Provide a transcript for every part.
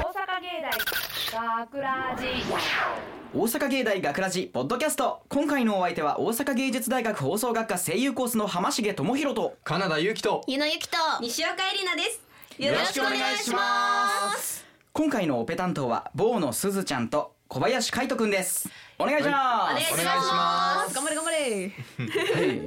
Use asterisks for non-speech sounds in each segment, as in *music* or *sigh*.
大学ラジ大阪芸大学ラジポッドキャスト今回のお相手は大阪芸術大学放送学科声優コースの浜重智博とカナダゆきとゆのゆきと西岡えりなですよろしくお願いします今回のオペ担当は某のすずちゃんと小林海斗くんですお願いしまお願いす、しますお願いします頑張れ頑張れはい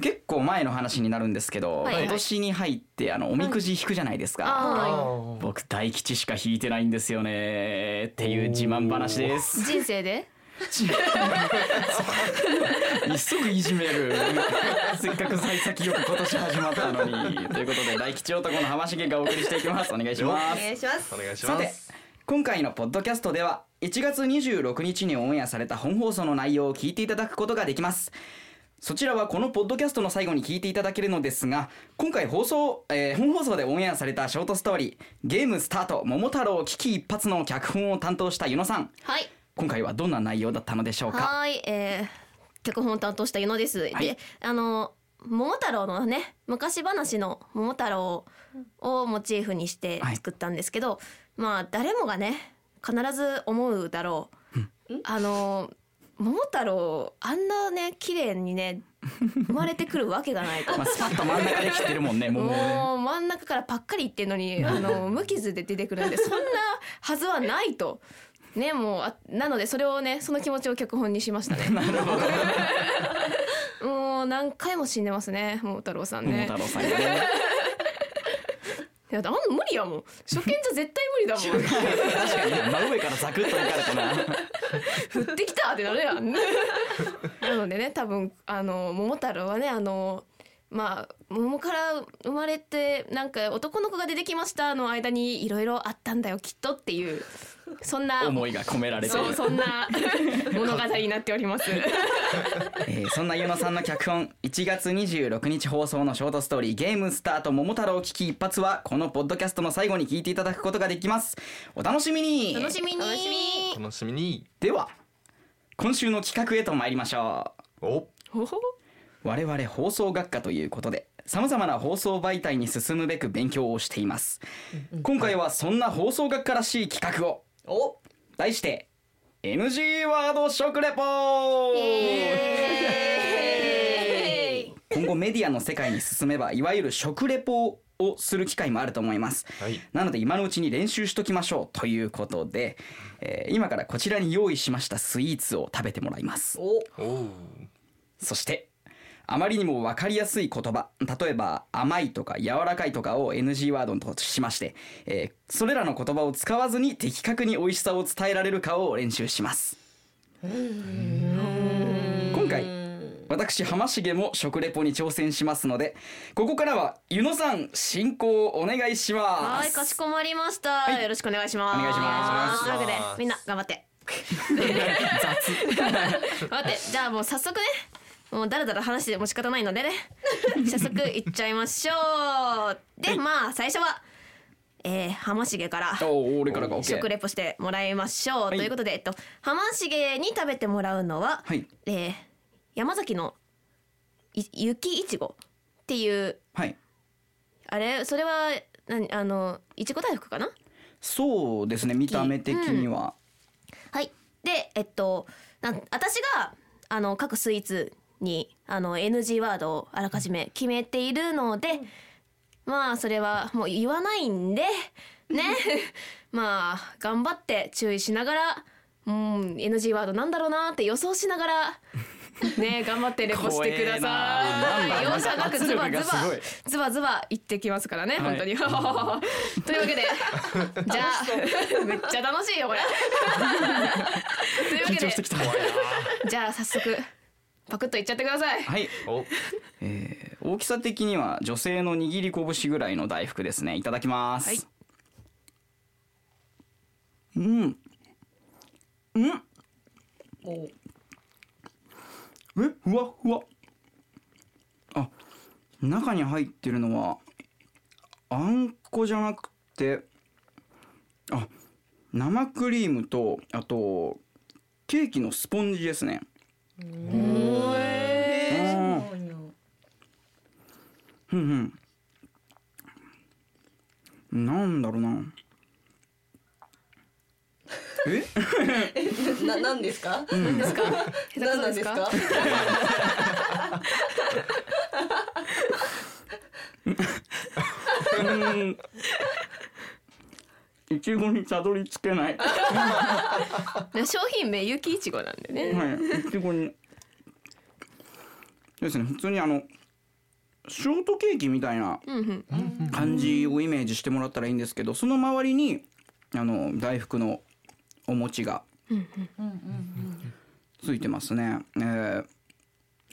結構前の話になるんですけど、はいはい今年に入ってあのおみくじ引くじゃないですか、ああー僕大吉しか引いてないんですよねっていう自慢話ですー人生で急ぐいじめ *laughs* るせっかく幸先よく今年始まったのにということで大吉男の浜重がお送りしていきますお願いしまおす願いしますお願いしさまてす今回のポッドキャストでは1月26日にオンエアされた本放送の内容を聞いていただくことができますそちらはこのポッドキャストの最後に聞いていただけるのですが今回放送、えー本放送でオンエアされたショートストーリー「ゲームスタート桃太郎危機一髪」の脚本を担当した湯野さんはい今回はどんな内容だったのでしょうかはーいえー、脚本担当したゆのです、いであの桃太郎のね昔話の桃太郎をモチーフにしてはい作ったんですけど、まあ誰もがね必ず思うだろう、あの桃太郎あんなね綺麗にね生まれてくるわけがないとまあ、スパッと真ん中で切ってるもんねもうもう真ん中からパッカリいってんのにあの無傷で出てくるんでそんなはずはないと。ね、もうあなのでそれをねその気持ちを脚本にしましたね。もう何回も死んでますね桃太郎さん桃ね。太郎さんがねいやだあんな無理やもん初見じゃ絶対無理だもん確かにね真上からザクッといかれたな降ってきたってなるやん。なのでね多分あの桃太郎はねあのまあ桃から生まれてなんか男の子が出てきましたの間にいろいろあったんだよきっとっていうそんな思いが込められてるそうそ *laughs* んな物語になっております。えーそんなゆのさんの脚本1月26日放送のショートストーリー「ゲームスタート桃太郎危機一発」はこのポッドキャストの最後に聞いていただくことができますお楽しみに楽しみに。楽しみ楽しみにでは今週の企画へと参りましょおほほう我々放送学科ということでさまざまな放送媒体に進むべく勉強をしています今回はそんな放送学科らしい企画をお題して NG ワード食レポ今後メディアの世界に進めばいわゆる食レポをする機会もあると思いますはいなので今のうちに練習しときましょうということで、えー今からこちらに用意しましたスイーツを食べてもらいますおおーそしてあまりにも分かりやすい言葉例えば「甘い」とか「柔らかい」とかを NG ワードとしまして、えーそれらの言葉を使わずに的確に美味しさを伝えられるかを練習します今回私浜重も食レポに挑戦しますのでここからは湯野さん進行をお願いしますはい、かしこまりました、いよろしくお願いします。お願いしますというわけおで願いしますみんな頑張って。雑。頑張って。じゃあもう早速ね。もうだらだら話しても仕方ないので *laughs* ね。早速いっちゃいましょう。で、まあ最初は、えー、浜重から。おー俺からか OK 食レポしてもらいましょう、いということで、えっと、浜重に食べてもらうのは、はいえー山崎のい雪いちごっていうはいあれそれは何あのいちご大福かなそうですね見た目的には、はいでえっとなん私があの各スイーツにあの NG ワードをあらかじめ決めているので、まあそれはもう言わないんでね *laughs* まあ頑張って注意しながらうん、NG ワードなんだろうなって予想しながら *laughs* ね頑張ってレポしてください怖えな容赦なくズ圧力バズバがすごいズバズバ言ってきますからね、はい本当に *laughs* というわけでじゃあめっちゃ楽しいよこれというわけ緊張でしてきたじゃあ早速パクッといっちゃってくださいはいおえー大きさ的には女性の握り拳ぐらいの大福ですねいただきます、はいうんおえふわっふわあ中に入ってるのはあんこじゃなくてあ生クリームとあとケーキのスポンジですねうんそうようんうん。なんだろうな。えななんですか？ですか？なんなんですか？ *laughs* いちごにたどり着けない。はで商品名雪いちごなんでね、い、いちごに。ですね、普通にあの。ショートケーキみたいなうんうん感じをイメージしてもらったらいいんですけど、その周りに。あの大福の。お餅が。ついてますね。えー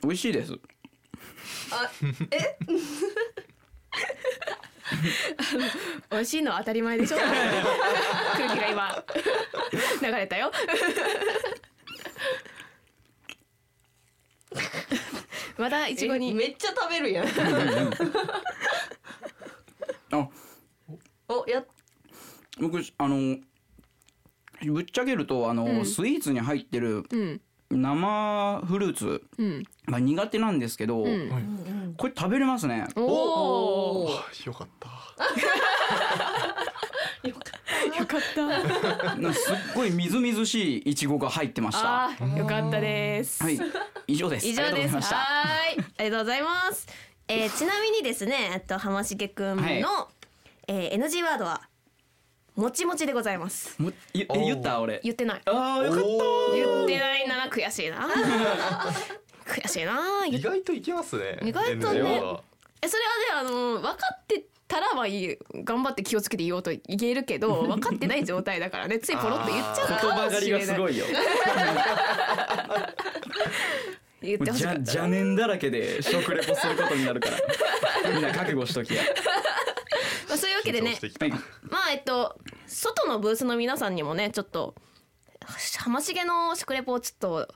美味しいです。あ、美味しいのは当たり前 *laughs* でしょ空気が今流れたよまだいちごえにめっちゃ食べるやん。あ、おやっ僕、あの。ぶっちゃけると、あの、うんスイーツに入ってるうん生フルーツ。うんまあ、苦手なんですけど、うんはいこれ食べれます *laughs* ね。おおあよかった。よかったなんかすっごいみずみずしいいちごが入ってました。あーよかったです。はい、以上です。以上ありでがとうございす。ました。はーい、ありがとうございます。えー、ちなみにですね、えっと浜重くんの、はいえー、NG ワードはもちもちでございます。もうゆえ言った俺。言ってない。ああよかっ言ってないなら悔しいな。 *laughs* 悔しいな。意外といけますね。意外とね NGO はえそれはねあの分かってたらはいい頑張って気をつけて言おうと言えるけど分かってない状態だからねついポロッと言っちゃた。言う葉かも狩しりれがない。すごいよ。言ってほしじかゃった。邪念だらけで食レポすることになる *laughs* から。みんな覚悟しときや。まあそういうわけで緊張ねし。てきたはい。まあえっと外のブースの皆さんにもねちょっと浜重の食レポをちょっと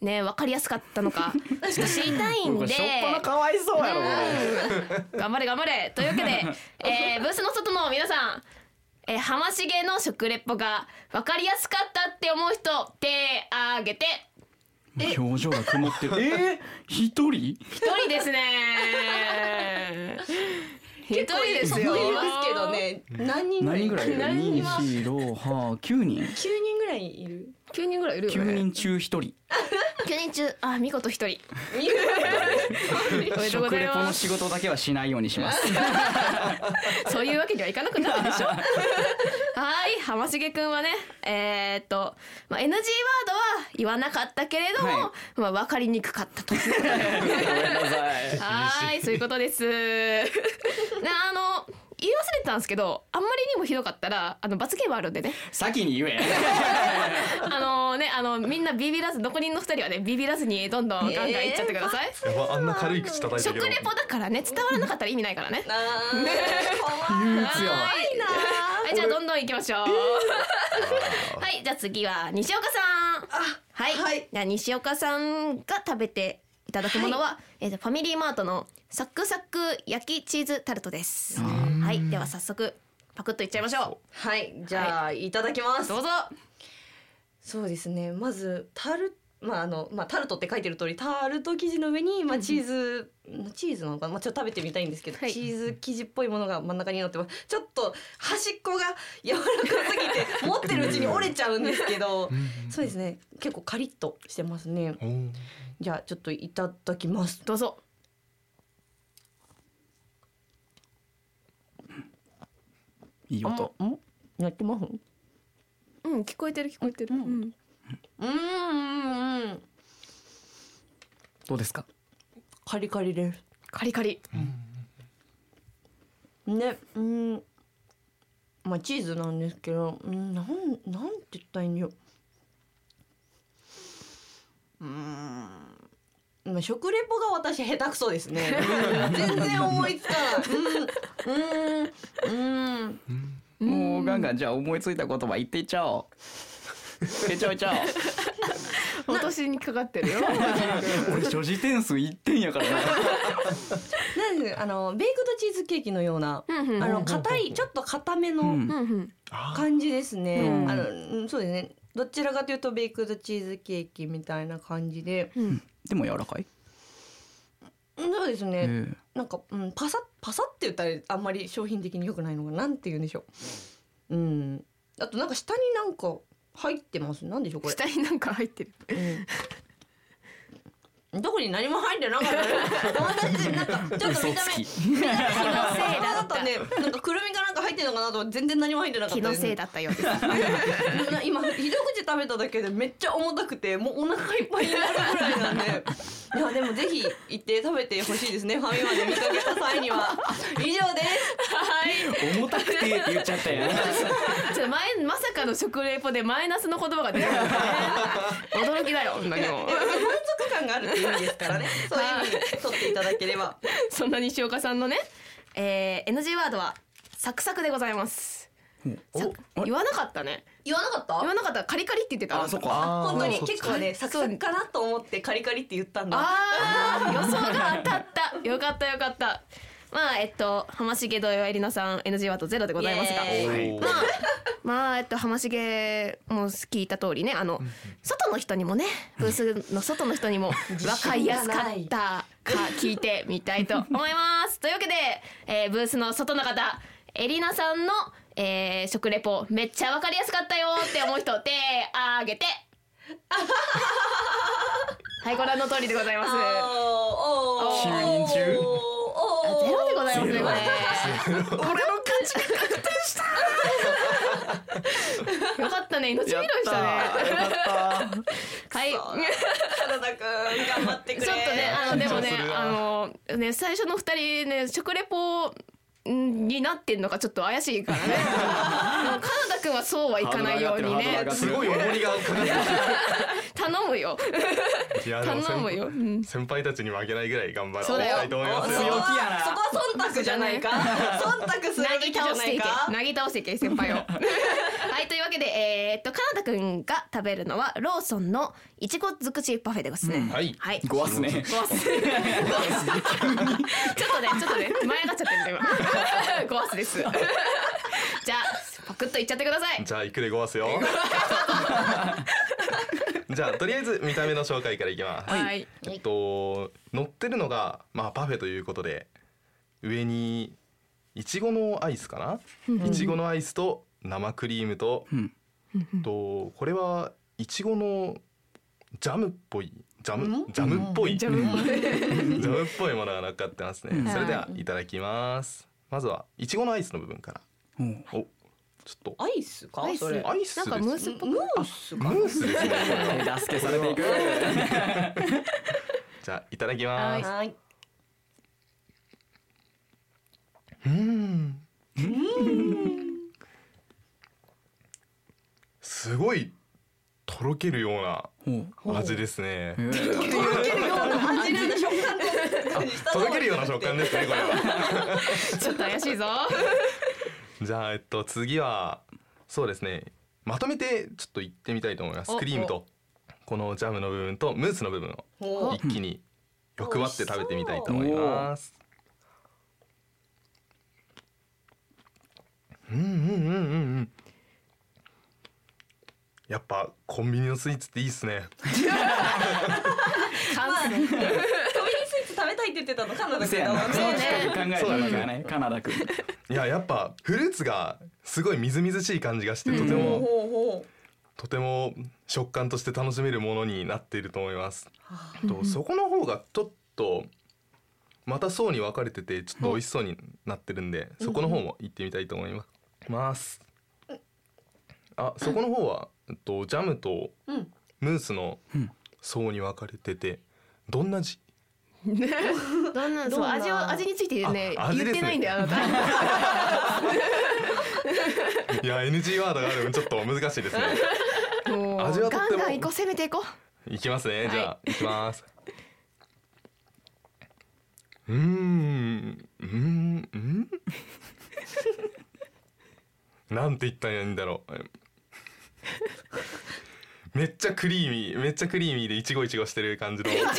ね分かりやすかったのかちょっと知りたいんこでれしょっぱなかわいそうやろこれ。頑張れ頑張れというわけで、えーブースの外の皆さん、えー、浜重の食レポが分かりやすかったって思う人手あげて表情が曇ってる。ええ一人？一人ですね一人です外いよますけどね。何人ぐらい？何人ぐらいいる？二何人は四六八九人。九人ぐらいいる。 9人ぐらいいる九よね人中一人。 9人中あ見事一人いる *laughs* おめでとうご食ざいレポまのす仕事だけはしないようにします。 *laughs* そういうわけにはいかなくなるでしょ *laughs* はーい浜重くんはねえーっと、まあ、NG ワードは言わなかったけれども、はまあ、分かりにくかった *laughs* とはごめんなさい。ーいそういうことです *laughs* ねあの言い忘れてたんですけどあんまりにもひどかったらあの罰ゲームあるん *laughs* でね先に言え。あのねあのみんなビビらず残りの2人はねビビらずにどんどんガンガンいっちゃってください、やばあんな軽い口叩い食たけど。レポだからね伝わらなかったら意味ないから *laughs* ねあー怖い憂鬱やわ。はいなはいじゃあどんどん行きましょう、あはい、じゃあ次は西岡さん。はい、はいじゃあ西岡さんが食べていただくものは、えーとファミリーマートのサクサク焼きチーズタルトです。はい、では早速パクッといっちゃいましょーはいじゃあいただきまう。すどうぞ。そうですねまずタルまああのまあタルトって書いてる通りタルト生地の上にまあチーズ、チーズなのかなまあちょっと食べてみたいんですけど、はいチーズ生地っぽいものが真ん中に乗ってますちょっと端っこが柔らかすぎ *laughs* て持ってるうちに折れちゃうんですけどー。そうですね結構カリッとしてますねうんじゃあちょっといただきますどうぞ。いい音。んやってますうん、聞こえてる聞こえてる。うん。うーんうんどうですか。カリカリですカリカリ。ねうんまあチーズなんですけどうんなんなんて言ったらいいんだようーんまあ食レポが私下手くそです *laughs* ねうん全然思いつかないうんうんうんうんもうガンガンじゃあ思いついた言葉言っていっちゃお *laughs* う。言っちゃおう言っちゃ *laughs* 私にかかってるよ。おう。俺所持点数一点やからな。なんであのベイクドチーズケーキのような *laughs* うんうあん。の硬いちょっと硬めの、うんうんうん。あー感じですね。うんあのうんそうですね。どちらかというとベイクドチーズケーキみたいな感じで、うん。でも柔らかい。うんそうですね。ええなんか、うん、パサパサって言ったらあんまり商品的に良くないのがなんて言うんでしょう。うん。あとなんか下になんか入ってます。なんでしょうこれ。下になんか入ってるうん特に何も入ってなかったね。 *laughs* 私なんかちょっと嘘見たつき目。気のせいだだっったたね。なんかくるみかなんか入ってるのかなと思って全然何も入ってなかった。気のせい。だったよう *laughs* です今一口食べただけでめっちゃ重たくてもうお腹いっぱいになるぐらいなんで。いやでもぜひ行って食べてほしいですね。ファミマで見かけた際には。以上です。重たくてって言っちゃったよ。 *laughs* ちょっと前まさかの食レポでマイナスの言葉が出てくるから *laughs* ね驚きだよそんなにもいや満足感があるって意味ですからね。そういう意味で取っていただければ。 *laughs* そんな西岡さんのね、えー、NG ワードはサクサクでございますおさ言わなかったね言わなかった言わなかったらカリカリって言ってたあ、そっか。あー本当にそっち結構ねサクサクかなと思ってカリカリって言ったんだあー予想が当たった *laughs* よかったよかったまあえっと浜重土曜えりなさん NG ワードゼロでございますがイおエーイーまあ、まあ、えっと、浜重も聞いた通りね、あの、外の人にもね、ブースの外の人にも。わかりやすかったか、聞いてみたいと思います。というわけで、えーブースの外の方、エリナさんの、えー食レポ、めっちゃわかりやすかったよって思う人、手あげて。はい、ご覧の通りでございます。おーおー9人中おーおーゼロでございますね、これ。俺の口が確定した。よかったね、命拾いしたね。よかった。はい。ちょそう原田くん頑張ってくっれとね、あの、でもね緊張す、るわあの、ね、最初の二人ね、食レポ。んになってんのかちょっと怪しいからね。でもカナダ君はそうはいかないようにハードル上がってねる。すごい重りがかかっ頼むよ。てる。いやでも頼むよ。う先ん先輩たちに負けないぐらい頑張そうだよりたいと思いますそ強気こやよ。なはそこは忖度じゃないか忖度する投べげきじゃ倒なしていいけか投げ倒していけ先輩をはいというわけでえーっとカナダくんが食べるのはローソンのいちご尽くしパフェでございますね、はいはいごわすね。ごわすちょっとねちょっとね前上がっちゃってるんだ *laughs* 今ごわすですじゃあパクッといっちゃってくださいじゃあいくでごわすよ。じゃあとりあえず見た目の紹介からいきます。はい、えっと乗ってるのがまあパフェということで上にいちごのアイスかな。いちごのアイスと生クリームとうん。とこれはいちごのジャムっぽいジャムんジャムっぽいジジャャム *laughs* ムっぽいものが乗っかってますね。それでははいいただきます。まずはいちごのアイスの部分から。うんおちょっとアイスかアイスそれアイスなんかムースっぽくムースムースですね。これは手助けされていく。じゃあいただきます。はいうん。すごいとろけるようほうな味ですね。とろけるような味の食感と感じしたとろけるような食感ですねこれは。ちょっと怪しいぞじゃあえっと次はそうですね。まとめてちょっといってみたいと思います。おクリームとこのジャムの部分とムースの部分をお一気に欲張って食べてみたいと思います。うんうんうんうんうん。やっぱコンビニのスイーツっていいっすね。完成コンビニスイーツ食べたいって言ってたのカナダせ君やだもな。んそのね近く考えてみるからね。カナダ君。いややっぱフルーツがすごいみずみずしい感じがしてとてほうも、ほうほうとても食感として楽しめるものになっていると思います。とそこの方がちょっとまた層に分かれててちょっと美味しそうになってるんで、そこの方も行ってみたいと思いまます。あそこの方はえっとジャムとうんムースのうん層に分かれててどんな味どんなそうどんな味を味についてねあ味言っですねてないんだよあなたいや NG ワードがあるのちょっと難しいですね。もう味はとっガてンもガン行こう攻めていこいきますね、はいじゃあいきます。うーんうーんうーん *laughs* なんて言ったらいいんだろうめっちゃクリーミーめっちゃクリーミーでいちごいちごしてる感じのうそのい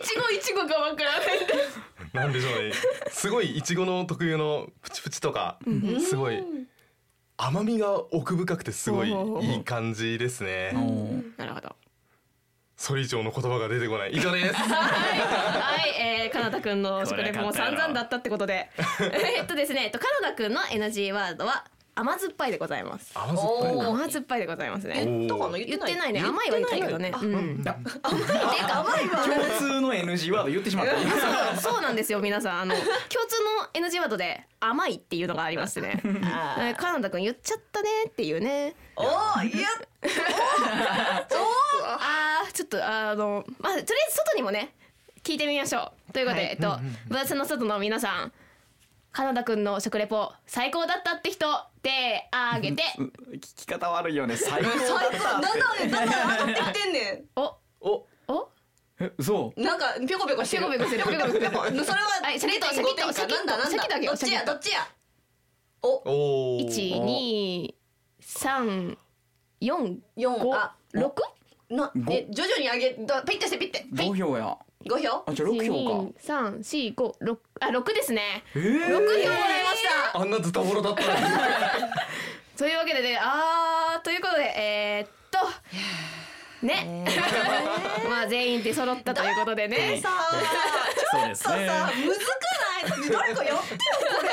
ちごいちごがわからないなんでしょうねすごいいちごの特有のプチプチとかすごい甘みが奥深くてすごいいい感じですねおなるほどそれ以上の言葉が出てこない以上ですはい、はいえー、カナダくんの食レポも散々だったってことで。えーっとですね、えっとカナダくんの NG ワードは甘酸っぱいでございます。甘酸っぱいおー甘酸っぱいでございますね。言ったかな言ってないね。甘いは言ったけどね。うん。っていうだか甘いは。共通の NG ワード言ってしまった *laughs* そうそうなんですよ皆さんあの共通の NG ワードで甘いっていうのがありましてね。あーえーカナダ君言っちゃったねっていうね。おーいやあーちょっとあのまあとりあえず外にもね聞いてみましょう。ということで、はいえっとブラスの外の皆さん。カナダ君の食レポ最高だったって人手あげてう聞き方悪いよね最高最だ高だんっだんだんだん上がってきてんねおおおえそんなんかピョコピョコしてるピョコピョコしてるピョコピョコそれははいシャキッと2.5シャキッと点シャキッかなとんだなんシャキッとあげだようどっちやシャキッとどっちやおおー一二三四四五あ六なごえ徐々に上げどピッとしてピッてう5票や5票あじゃあ6票か一二三四五六あ六ですね。え六票もらいーました。あんなズタボロだったのにというわけでねあーということでえー、っとね、 *laughs* まあ全員出揃ったということでね。*laughs* さあそうですそうさ、ねむずくない誰かやってよこ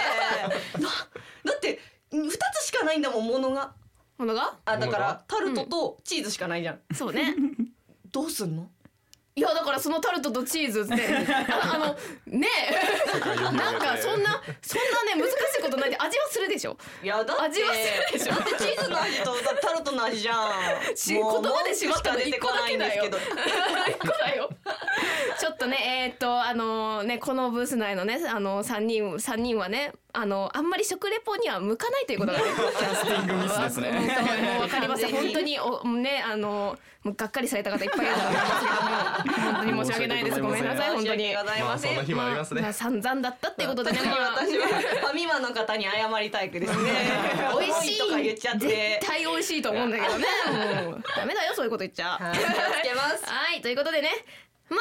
*laughs* れなだって2つしかないんだもんものがものがあだかものがらタルトとチーズしかないじゃん、そうね。 *laughs* どうすんのいやだからそのタルトとチーズ *laughs* ってああのねなんかそんなそんなね難しいことないで味はするでしょ。いやだって味はするでしょだってチーズの味とタルトの味じゃ *laughs* んし言もう葉で縛ったの文一句しか出て個こだないけんでだすよけど。一個だよ。ちょっとねえーっとあのねこのブース内のねあの三人三人はねあのあんまり食レポには向かないということがね。キャスティングミスですね本当にもうわかります本当におねあのもうがっかりされた方いっぱいいると思いますけども本当に申し訳ないですごめんなさい本当に申し訳ございませんまあそんな日もありますねあ散々だったっていうことでね、まあ、 *laughs* 私はファミマの方に謝りたいくで *laughs* すね美味しい重とか言っちゃって絶対美味しいと思うんだけどねもうダメだよそういうこと言っちゃはい気をつけますはいということでねまあ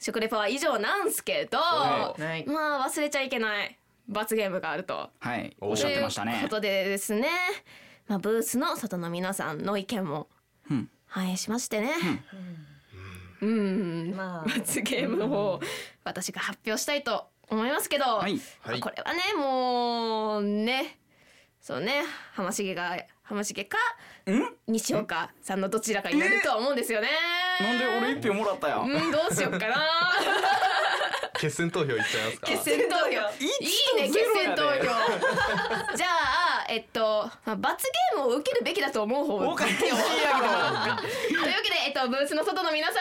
食レポは以上なんすけど、はいはいまあ忘れちゃいけない罰ゲームがあるとはいおっしゃってましたというねことでですね、まあ、ブースの外の皆さんの意見もうん反映しましてね。うん、まあ罰ゲームの方私が発表したいと思いますけど、はいはいこれはねもうねそうね浜重が浜重か西岡さんのどちらかになるとは思うんですよね。なんで俺一票もらったやうんどうしよっ *laughs* かな。決選投票いっちゃいますか決選投票。いいね、一と決ゼロや選で投票。じゃあ、えっと、まあ罰ゲームを受けるべきだと思う方。おかしいやけど *laughs* というわけで、えっと、ブースの外の皆さん。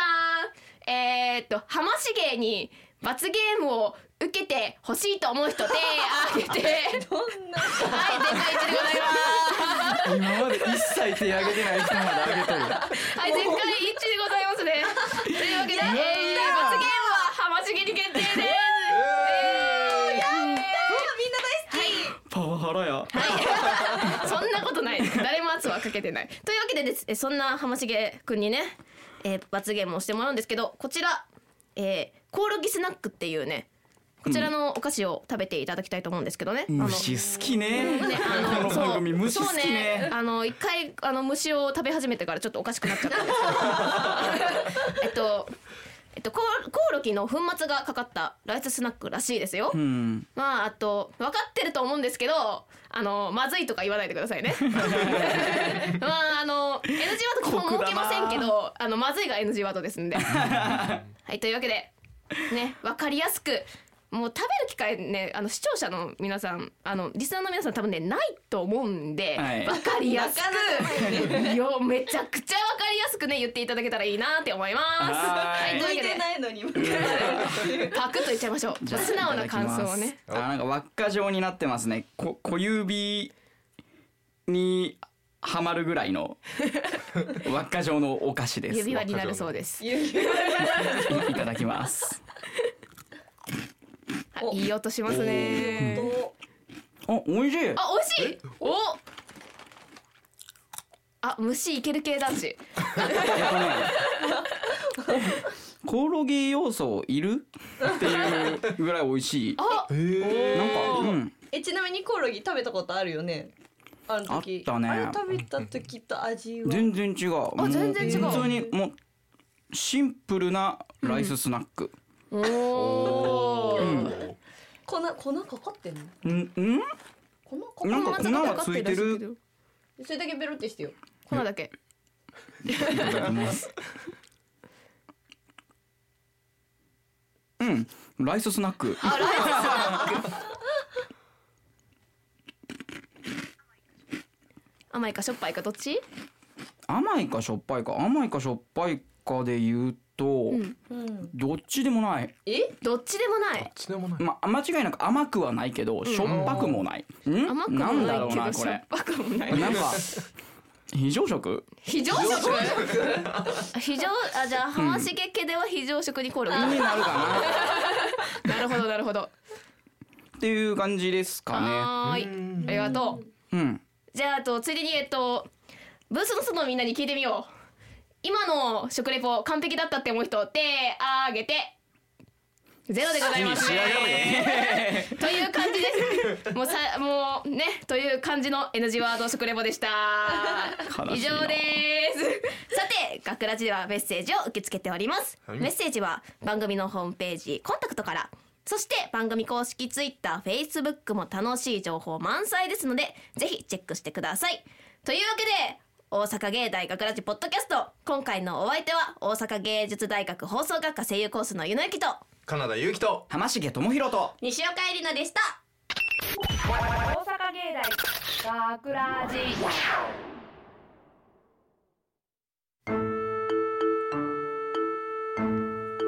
えーっと、浜重に罰ゲームを受けてほしいと思う人手あげて。はい、でかいちでごこんなざいま今す。まで一切手挙げてない人まで挙げとるはい、全会一致でございますね。というわけで、えー罰ゲームは浜重に決定です。えーイエーイパワハラやはい、そんなことない誰も圧はかけてないというわけでですえそんな浜重くんにね、えー罰ゲームをしてもらうんですけどこちら、えーコオロギスナックっていうねこちらのお菓子を食べていただきたいと思うんですけどね、あの虫好きねね、*laughs* こあのの番組虫そう好そうきねあの一回あの虫を食べ始めてからちょっとおかしくなっちゃったんで *laughs* すけどえっとえっとコオコオロギの粉末がかかったライススナックらしいですよ、うんまああと分かってると思うんですけどあのまずいとか言わないでくださいねまああの NG ワードここ設けませんけどあのまずいが NG ワードですんではいというわけでね分かりやすくもう食べる機会ねあの視聴者の皆さんあのリスナーの皆さん多分ねないと思うんで、はい分かりやすなかなかくいやめちゃくちゃ分かりやすくね言っていただけたらいいなって思いますはーいと向いいうわけてでないのにパクッと言っちゃいましょうじゃあ素直な感想をいねただきますあなんか輪っか状になってますねこ小指にはまるぐらい *laughs* の輪っか状のお菓子です指輪になるそうですいただきますおいい音しますね。あ、美味しいあ、美味しい。お。あ、虫いける系男子。コオロギ要素いるっていうぐらい美味しいあ、えーなんか、うん、えちなみにコオロギ食べたことあるよねあの時あったねあれ食べた時と味は全然違うもう全然違う普通にもうシンプルなライススナック、おおおー。ー粉粉かかってんのうん、うん、粉粉なんか粉がついてるそれだけベロってしてよ粉だけいただきますうんライススナックあライス甘いかしょっぱいかどっち甘いかしょっぱいか甘いかしょっぱいかで言うと、うんうんどっちでもないえどっちでもないちでもない。まあ間違いなく甘くはないけどしょっぱくもない、うん、甘くなもんなだろいうけなどこしょっれぱくもないなんか *laughs* 非常食非常食非常あじゃあ浜重家では非常食にコール意味なるかなるほどなるほどなっていう感じですかはーいうんありがとうねうんじゃああとついでにえっとブースの外のみんなに聞いてみよう今の食レポ完璧だったって思う人手あげてゼロでございます意味知らねという感じですもうさもうねという感じの NG ワード食レポでした悲以しいな上ですさて学ラジではメッセージを受け付けております、はいメッセージは番組のホームページコンタクトからそして番組公式ツイッター、フェイスブックも楽しい情報満載ですので、ぜひチェックしてください。というわけで、大阪芸大学ラジポッドキャスト、今回のお相手は大阪芸術大学放送学科声優コースのゆのゆきと、カナダ勇気と。浜重智弘と西岡えりなでした。大阪芸大学ラジ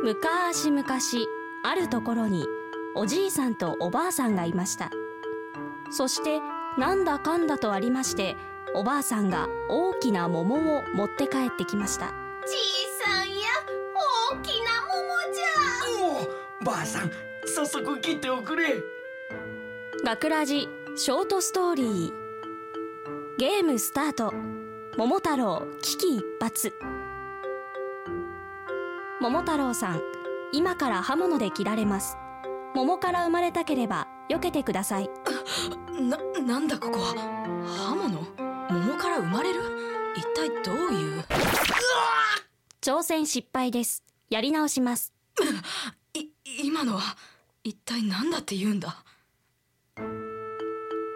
昔々あるところにおじいさんとおばあさんがいましたそしてなんだかんだとありましておばあさんが大きな桃を持って帰ってきましたじいさんや、大きな桃じゃおおばあさん早速切っておくれ学ラジショートストーリーゲームスタート桃太郎危機一髪桃太郎さん今から刃物で切られます桃から生まれたければ避けてくださいななんだここは刃物桃から生まれる一体どういう挑戦失敗ですやり直しますい今のは一体何だって言うんだ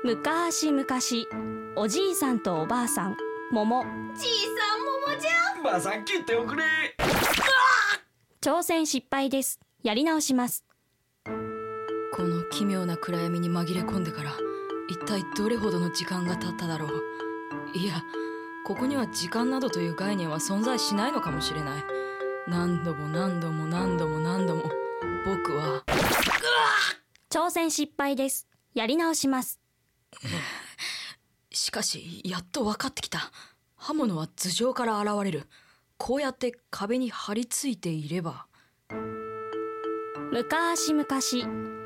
昔々おじいさんとおばあさん桃ん。じいさん桃じゃばあさん切っておくれ挑戦失敗ですやり直しますこの奇妙な暗闇に紛れ込んでから一体どれほどの時間が経っただろういやここには時間などという概念は存在しないのかもしれない何度も何度も何度も何度も僕は挑戦失敗ですやり直しますしかしやっと分かってきた刃物は頭上から現れるこうやって壁に張り付いていれば昔々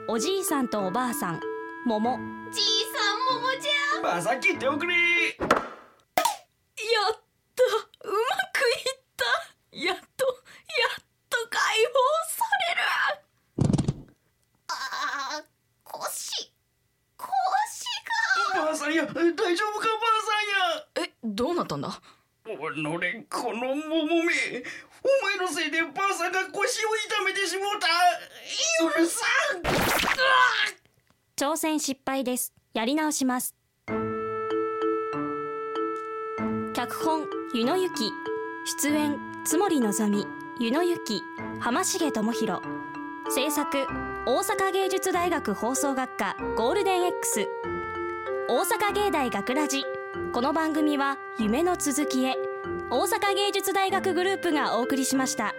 おじいさんとおばあさん桃ん。じいさん桃じゃん。ばあさん切っておくれやったうまくいったやっとやっと解放されるあー、腰、腰が。ばあさんや大丈夫かばあさんやえどうなったんだおのれこの桃めお前のせいでばあさんが腰を痛めてしもうた許さん挑戦失敗ですやり直します脚本湯野由紀出演津森のぞみ湯野由紀浜重智弘制作大阪芸術大学放送学科ゴールデン X 大阪芸大学ラジこの番組は夢の続きへ大阪芸術大学グループがお送りしました。